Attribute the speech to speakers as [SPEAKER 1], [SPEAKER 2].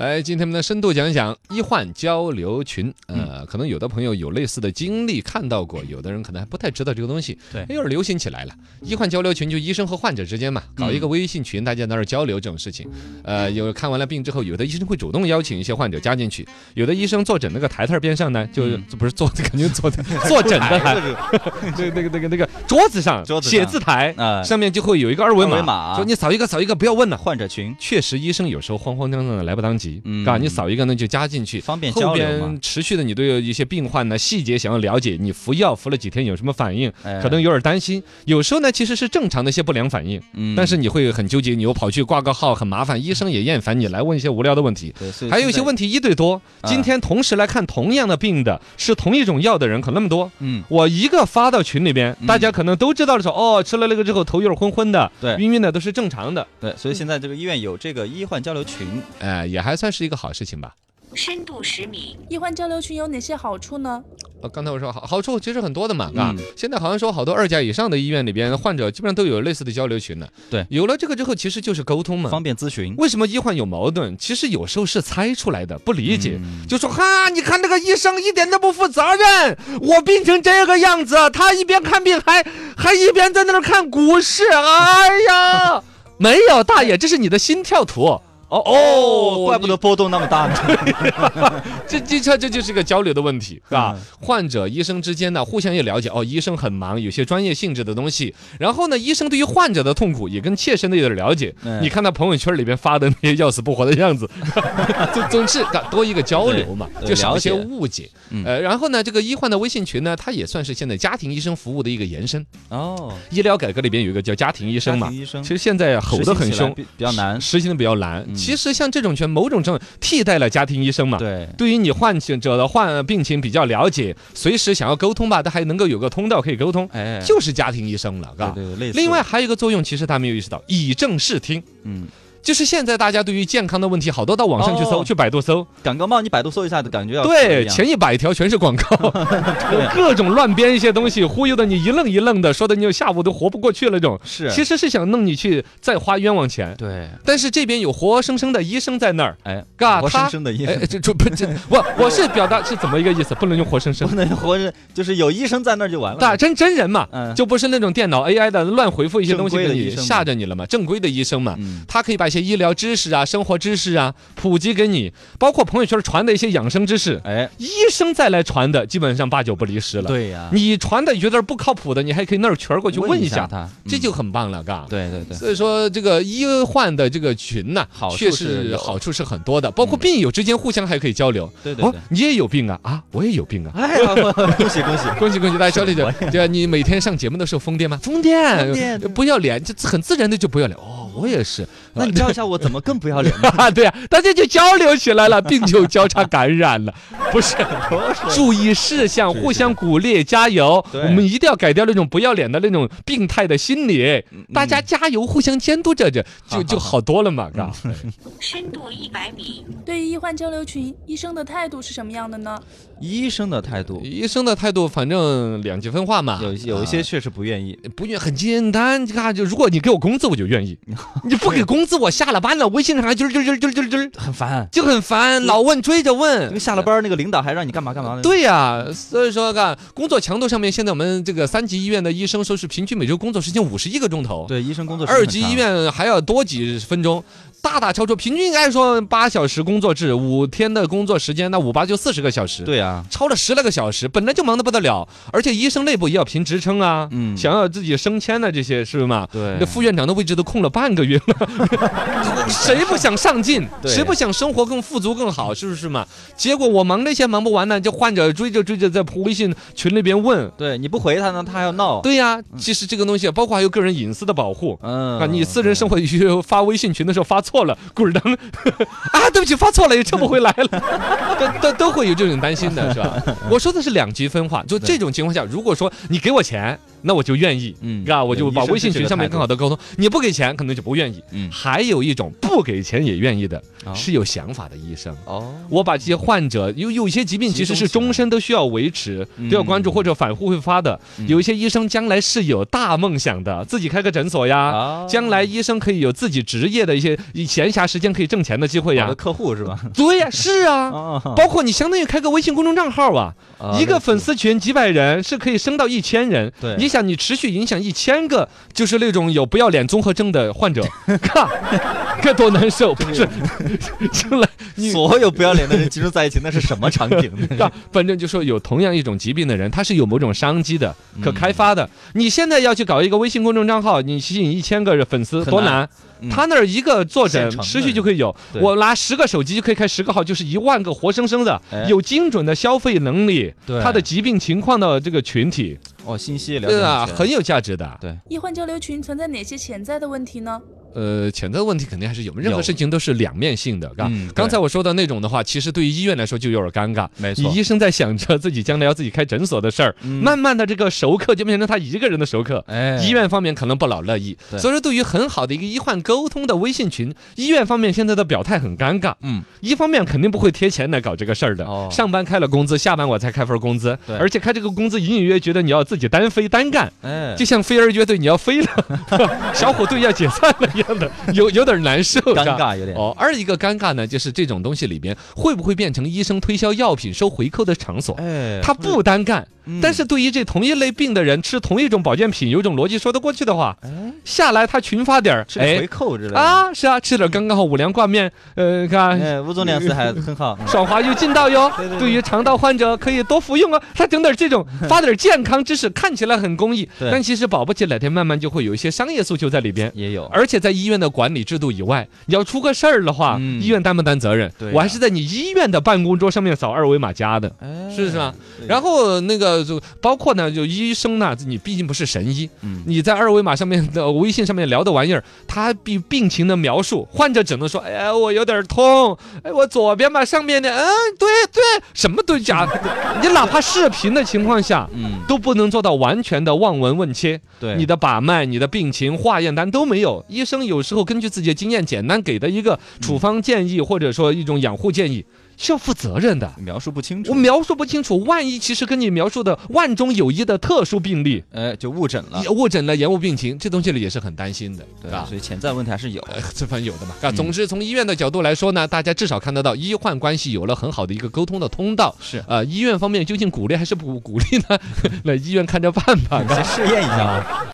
[SPEAKER 1] 来，今天我们的深度讲一讲医患交流群。
[SPEAKER 2] 嗯
[SPEAKER 1] 呃，可能有的朋友有类似的经历，看到过；有的人可能还不太知道这个东西。
[SPEAKER 2] 对
[SPEAKER 1] 哎有点流行起来了。医患交流群就医生和患者之间嘛，搞一个微信群，大家在那儿交流这种事情。呃，有看完了病之后，有的医生会主动邀请一些患者加进去；有的医生坐诊那个台台边上呢，就
[SPEAKER 2] 嗯
[SPEAKER 1] 就不是坐，感觉坐 坐 诊的台，那个那个那个那个桌子上
[SPEAKER 2] 桌，子上
[SPEAKER 1] 写字台
[SPEAKER 2] 呃，
[SPEAKER 1] 上面就会有一个二维
[SPEAKER 2] 二维
[SPEAKER 1] 码，
[SPEAKER 2] 码
[SPEAKER 1] 说你扫一个扫一个，不要问了。
[SPEAKER 2] 患者群
[SPEAKER 1] 确实，医生有时候慌慌张张的来不当及，
[SPEAKER 2] 嗯
[SPEAKER 1] 嘎、你扫一个呢就加进去，
[SPEAKER 2] 方便
[SPEAKER 1] 后
[SPEAKER 2] 交流嘛
[SPEAKER 1] 边，持续的你对一些病患呢细节想要了解，你服药服了几天有什么反应，
[SPEAKER 2] 哎
[SPEAKER 1] 可能有点担心。有时候呢其实是正常的一些不良反应，
[SPEAKER 2] 嗯
[SPEAKER 1] 但是你会很纠结，你又跑去挂个号，很麻烦，医生也厌烦你来问一些无聊的问题。
[SPEAKER 2] 对所以
[SPEAKER 1] 还有一
[SPEAKER 2] 现
[SPEAKER 1] 些
[SPEAKER 2] 在
[SPEAKER 1] 问题一嗯对多，今天同时来看同样的病的，是同一种药的人可那么多。
[SPEAKER 2] 嗯
[SPEAKER 1] 我一个发到群里边，
[SPEAKER 2] 嗯
[SPEAKER 1] 大家可能都知道的时候，哦，吃了那个之后头有点昏昏的，
[SPEAKER 2] 对
[SPEAKER 1] 晕晕的都是正常的，
[SPEAKER 2] 对，所以现在这个医院有这个医患交流群，
[SPEAKER 1] 哎，也还算是一个好事情吧。
[SPEAKER 3] 深度十米，
[SPEAKER 4] 医患交流群有哪些好处呢？
[SPEAKER 1] 呃，刚才我说好好处其实很多的嘛，啊
[SPEAKER 2] 嗯，
[SPEAKER 1] 现在好像说好多二甲以上的医院里边，患者基本上都有类似的交流群呢。
[SPEAKER 2] 对
[SPEAKER 1] 有了这个之后，其实就是沟通嘛。
[SPEAKER 2] 方便咨询。
[SPEAKER 1] 为什么医患有矛盾？其实有时候是猜出来的，不理解。
[SPEAKER 2] 嗯
[SPEAKER 1] 就说哈，你看这个医生一点都不负责任，我病成这个样子，他一边看病还还一边在那儿看股市，哎 呀，没有大爷，这是你的心跳图。哦哦，
[SPEAKER 2] 怪不得波动那么大 呢。
[SPEAKER 1] 这这这这就是一个交流的问题，是吧
[SPEAKER 2] 嗯？
[SPEAKER 1] 患者医生之间呢，互相也了解哦，医生很忙，有些专业性质的东西。然后呢，医生对于患者的痛苦也跟切身的有点了解。
[SPEAKER 2] 嗯
[SPEAKER 1] 你看他朋友圈里边发的那些要死不活的样子， 就总是啊多一个交流嘛，
[SPEAKER 2] 对
[SPEAKER 1] 就少
[SPEAKER 2] 了
[SPEAKER 1] 一些
[SPEAKER 2] 解
[SPEAKER 1] 误解。
[SPEAKER 2] 嗯
[SPEAKER 1] 呃，然后呢，这个医患的微信群呢，它也算是现在家庭医生服务的一个延伸。
[SPEAKER 2] 哦，
[SPEAKER 1] 医疗改革里边有一个叫家庭医生
[SPEAKER 2] 家
[SPEAKER 1] 嘛
[SPEAKER 2] 庭，医生
[SPEAKER 1] 其实现在吼得很
[SPEAKER 2] 实行起来
[SPEAKER 1] 凶，
[SPEAKER 2] 比比较难。
[SPEAKER 1] 实行的比较难。
[SPEAKER 2] 嗯
[SPEAKER 1] 其实像这种权，某种程度替代了家庭医生嘛。
[SPEAKER 2] 对，
[SPEAKER 1] 对于你患者的患病情比较了解，随时想要沟通吧，他还能够有个通道可以沟通，
[SPEAKER 2] 哎，
[SPEAKER 1] 就是家庭医生了，
[SPEAKER 2] 对
[SPEAKER 1] 嘎。
[SPEAKER 2] 对对，类似。
[SPEAKER 1] 另外，还有一个作用，其实他没有意识到，以正视听，
[SPEAKER 2] 嗯，
[SPEAKER 1] 就是现在大家对于健康的问题，好多到网上去搜，
[SPEAKER 2] 哦
[SPEAKER 1] 去百度搜，
[SPEAKER 2] 感冒你百度搜一下，感觉要
[SPEAKER 1] 对，
[SPEAKER 2] 不一样
[SPEAKER 1] 前一百条全是广 告，各种乱编一些东西，忽悠的你一愣一愣的，说的你有下午都活不过去了，这种
[SPEAKER 2] 是
[SPEAKER 1] 其实是想弄你去再花冤枉钱。
[SPEAKER 2] 对，
[SPEAKER 1] 但是这边有活生生的医生在那 儿，
[SPEAKER 2] 哎，
[SPEAKER 1] 嘎，
[SPEAKER 2] 活
[SPEAKER 1] 他
[SPEAKER 2] 生生的医
[SPEAKER 1] 哎，
[SPEAKER 2] 生，
[SPEAKER 1] 这这不这我我是表达是怎么一个意思？不能用活生生
[SPEAKER 2] 不，能活着，就是有医生在那儿就完
[SPEAKER 1] 哎 大
[SPEAKER 2] 了。
[SPEAKER 1] 真真人嘛，
[SPEAKER 2] 嗯
[SPEAKER 1] 就不是那种电脑 AI 的乱回复一些东西
[SPEAKER 2] 正规
[SPEAKER 1] 给
[SPEAKER 2] 的
[SPEAKER 1] 你
[SPEAKER 2] 医生嘛
[SPEAKER 1] 吓着你了嘛，正规的医生嘛。
[SPEAKER 2] 嗯，
[SPEAKER 1] 他可以把一些医疗知识啊、生活知识啊普及给你，包括朋友圈传的一些养生知识，
[SPEAKER 2] 哎，
[SPEAKER 1] 医生再来传的，基本上八九不离十了。，
[SPEAKER 2] 对呀，
[SPEAKER 1] 你传的有点不靠谱的，你还可以那儿圈儿过去问一下，
[SPEAKER 2] 他，
[SPEAKER 1] 这
[SPEAKER 2] 嗯
[SPEAKER 1] 就很棒了，嘎。
[SPEAKER 2] 对对对，
[SPEAKER 1] 所以说，这个医患的这个群呐，
[SPEAKER 2] 好处
[SPEAKER 1] 确
[SPEAKER 2] 是
[SPEAKER 1] 实
[SPEAKER 2] 有嗯
[SPEAKER 1] 好处是很多的，包括病友之间互相还可以交流。
[SPEAKER 2] 对对
[SPEAKER 1] 哦
[SPEAKER 2] 对，。
[SPEAKER 1] 你也有病啊？啊，我也有病啊！
[SPEAKER 2] 哎 呀，恭喜恭喜！
[SPEAKER 1] 恭喜恭喜大家交流者，对啊，你每天上节目的时候疯癫吗？疯
[SPEAKER 2] 疯
[SPEAKER 1] 癫，
[SPEAKER 2] 癫嗯
[SPEAKER 1] 不要脸，就很自然的就不要脸。哦，我也是，
[SPEAKER 2] 那你教一下我怎么更不要 脸呢？
[SPEAKER 1] 啊，对啊，大家就交流起来 了，并就交叉感染了，不是？注意事项，
[SPEAKER 2] 是
[SPEAKER 1] 互相鼓励，加油！
[SPEAKER 2] 对
[SPEAKER 1] 我们一定要改掉那种不要脸的那种病态的心理，
[SPEAKER 2] 嗯
[SPEAKER 1] 大家加油，互相监督着，这就
[SPEAKER 2] 好
[SPEAKER 1] 就
[SPEAKER 2] 好
[SPEAKER 1] 好多了嘛，嘎。
[SPEAKER 2] 嗯
[SPEAKER 3] 深度一百米，
[SPEAKER 4] 对于医患交流群，医生的态度是什么样的呢？
[SPEAKER 2] 嗯医生的态度，
[SPEAKER 1] 医生的态度，反正两极分化嘛，
[SPEAKER 2] 有有一些确实不愿意。
[SPEAKER 1] 不愿很简单，你看，就如果你给我工资，我就愿 意；你不给工资，我下了班了，微信上还啾啾啾啾啾啾，
[SPEAKER 2] 很烦，
[SPEAKER 1] 就很烦，老问追着
[SPEAKER 2] 因为
[SPEAKER 1] 问。
[SPEAKER 2] 下了班儿那个领导还让你干嘛干嘛的。，
[SPEAKER 1] 对呀、所以说看工作强度上面，现在我们这个三级医院的医生说是平均每周工作时间五十一个钟头，
[SPEAKER 2] 对，医生工作时间
[SPEAKER 1] 二
[SPEAKER 2] 很
[SPEAKER 1] 级
[SPEAKER 2] 长
[SPEAKER 1] 医院还要多几分钟，大大超出平均应该说八小时工作制，五天的工作时间，那五八就四十个小时。
[SPEAKER 2] 对啊，
[SPEAKER 1] 超了十来个小时，本来就忙得不得了，而且医生内部也要评职称啊，
[SPEAKER 2] 嗯
[SPEAKER 1] 想要自己升迁啊呢，这些是嘛？
[SPEAKER 2] 对
[SPEAKER 1] 那副院长的位置都空了半个月 了，谁不想上进？
[SPEAKER 2] 对
[SPEAKER 1] 谁不想生活更富足更好？是不是嘛？结果我忙这些忙不完呢，就患者追着追着在微信群里边问，
[SPEAKER 2] 对，你不回他呢，他还要闹。
[SPEAKER 1] 对呀、其实这个东西包括还有个人隐私的保护。
[SPEAKER 2] 嗯
[SPEAKER 1] 啊，你私人生活去 发微信群的时候发错了，滚儿当 啊，对不起，发错了也撤不回来了， 都都 都会有这种担心的是吧？我说的是两极分化，就这种情况下，如果说你给我钱，那我就愿意，
[SPEAKER 2] 嗯
[SPEAKER 1] 是吧？我就
[SPEAKER 2] 有医
[SPEAKER 1] 把
[SPEAKER 2] 生
[SPEAKER 1] 微信
[SPEAKER 2] 是这
[SPEAKER 1] 群
[SPEAKER 2] 个
[SPEAKER 1] 上面
[SPEAKER 2] 态
[SPEAKER 1] 更好的沟通。你不给钱，可能就不愿意。
[SPEAKER 2] 嗯
[SPEAKER 1] 还有一种不给钱也愿意的，
[SPEAKER 2] 哦
[SPEAKER 1] 是有想法的医生。
[SPEAKER 2] 哦，
[SPEAKER 1] 我把这些患者有有一些疾病其实是终身都需要维持，
[SPEAKER 2] 嗯
[SPEAKER 1] 都要关注或者反复会发的。
[SPEAKER 2] 嗯
[SPEAKER 1] 有一些医生将来是有大梦想的，自己开个诊所呀。
[SPEAKER 2] 啊
[SPEAKER 1] 将来医生可以有自己职业的一些以闲暇时间可以挣钱的机会
[SPEAKER 2] 我的
[SPEAKER 1] 呀。
[SPEAKER 2] 客户 是吧？
[SPEAKER 1] 对呀，是 啊。
[SPEAKER 2] 啊，
[SPEAKER 1] 包括你相当于开个微信公众账号啊，
[SPEAKER 2] 啊
[SPEAKER 1] 一个粉丝群几百人是可以升到一千人。
[SPEAKER 2] 对
[SPEAKER 1] 你想你持续影响一千个，就是那种有不要脸综合症的患 者，看，这多难受！不是， 将来你
[SPEAKER 2] 所有不要脸的人集中在一起，那 是什么场景？
[SPEAKER 1] 啊，反正就说有同样一种疾病的人，他是有某种商机的、
[SPEAKER 2] 嗯
[SPEAKER 1] 可开发的。你现在要去搞一个微信公众账号，你吸引一千个粉丝
[SPEAKER 2] 很
[SPEAKER 1] 多
[SPEAKER 2] 难
[SPEAKER 1] 难？
[SPEAKER 2] 嗯
[SPEAKER 1] 他那儿一个坐诊
[SPEAKER 2] 现成的
[SPEAKER 1] 持续就可以有，
[SPEAKER 2] 对
[SPEAKER 1] 我拿十个手机就可以开十个号，就是一万个活生生的
[SPEAKER 2] 哎
[SPEAKER 1] 有精准的消费能力
[SPEAKER 2] 对，
[SPEAKER 1] 他的疾病情况的这个群体，
[SPEAKER 2] 哦，信息了
[SPEAKER 1] 对
[SPEAKER 2] 解
[SPEAKER 1] 啊，
[SPEAKER 2] 全
[SPEAKER 1] 很有价值的。
[SPEAKER 4] 医患交流群存在哪些潜在的问题呢？
[SPEAKER 1] 呃，潜在问题肯定还是有，任何
[SPEAKER 2] 有
[SPEAKER 1] 事情都是两面性的，嘎
[SPEAKER 2] 嗯对
[SPEAKER 1] 刚才我说的那种的话，其实对于医院来说就有点尴尬。
[SPEAKER 2] 没
[SPEAKER 1] 你
[SPEAKER 2] 错，
[SPEAKER 1] 医生在想着自己将来要自己开诊所的事儿，
[SPEAKER 2] 嗯
[SPEAKER 1] 慢慢的这个熟客就变成他一个人的熟客。
[SPEAKER 2] 哎
[SPEAKER 1] 医院方面可能不老乐意，
[SPEAKER 2] 对
[SPEAKER 1] 所以说对于很好的一个医患沟通的微信群，医院方面现在的表态很尴尬。
[SPEAKER 2] 嗯，
[SPEAKER 1] 一方面肯定不会贴钱来搞这个事儿的，
[SPEAKER 2] 哦
[SPEAKER 1] 上班开了工资，下班我才开份工资，
[SPEAKER 2] 对
[SPEAKER 1] 而且开这个工资隐隐约约觉得你要自己单飞单干，
[SPEAKER 2] 哎
[SPEAKER 1] 就像飞儿乐队你要飞了， 小虎队要解散了一样的，有有点难受，是吧
[SPEAKER 2] 尴尬有点
[SPEAKER 1] 哦，二一个尴尬呢，就是这种东西里边会不会变成医生推销药品收回扣的场所？
[SPEAKER 2] 哎
[SPEAKER 1] 他不单干，
[SPEAKER 2] 嗯
[SPEAKER 1] 但是对于这同一类病的人吃同一种保健品，有一种逻辑说得过去的话，
[SPEAKER 2] 哎
[SPEAKER 1] 下来他群发点儿，
[SPEAKER 2] 吃点
[SPEAKER 1] 哎
[SPEAKER 2] 回扣之类的。
[SPEAKER 1] 啊，是啊，吃点儿刚刚好五粮挂面，呃，看
[SPEAKER 2] 哎，吴总两次 还很好，嗯
[SPEAKER 1] 爽滑又劲道哟
[SPEAKER 2] 对对。对
[SPEAKER 1] 对于肠道患者可以多服用啊，他整点儿这种发点儿健康知识，看起来很公益，
[SPEAKER 2] 对
[SPEAKER 1] 但其实保不齐哪天慢慢就会有一些商业诉求在里边。
[SPEAKER 2] 也有，
[SPEAKER 1] 而且在医院的管理制度以外，你要出个事儿的话，
[SPEAKER 2] 嗯
[SPEAKER 1] 医院担不担责任？
[SPEAKER 2] 对呀
[SPEAKER 1] 我还是在你医院的办公桌上面扫二维码加的，
[SPEAKER 2] 哎
[SPEAKER 1] 是不是啊？
[SPEAKER 2] 对
[SPEAKER 1] 然后那个就包括呢，就医生呢，你毕竟不是神医，
[SPEAKER 2] 嗯
[SPEAKER 1] 你在二维码上面的微信上面聊的玩意儿，他比病情的描述，患者只能说，哎呀，我有点痛，哎，我左边吧，上面的，嗯，对对，什么都假，你哪怕视频的情况下。
[SPEAKER 2] 嗯，
[SPEAKER 1] 都不能做到完全的望闻问切，
[SPEAKER 2] 对，
[SPEAKER 1] 你的把脉、你的病情、化验单都没有。医生有时候根据自己的经验，简单给的一个处方建议，或者说一种养护建议，是要负责任的。
[SPEAKER 2] 描述不清楚，
[SPEAKER 1] 我描述不清楚，万一其实跟你描述的万中有一的特殊病例，
[SPEAKER 2] 哎就误诊了
[SPEAKER 1] 也，误诊了延误病情，这东西里也是很担心的，
[SPEAKER 2] 对嗯
[SPEAKER 1] 吧？
[SPEAKER 2] 所以潜在问题还是有，
[SPEAKER 1] 呃，这反正有的嘛。啊，总之从医院的角度来说呢，大家至少看得到医患关系有了很好的一个沟通的通道。
[SPEAKER 2] 是
[SPEAKER 1] 呃， 医院方面究竟鼓励还是不鼓励呢？那医院看着办吧。
[SPEAKER 2] 先试验一下啊。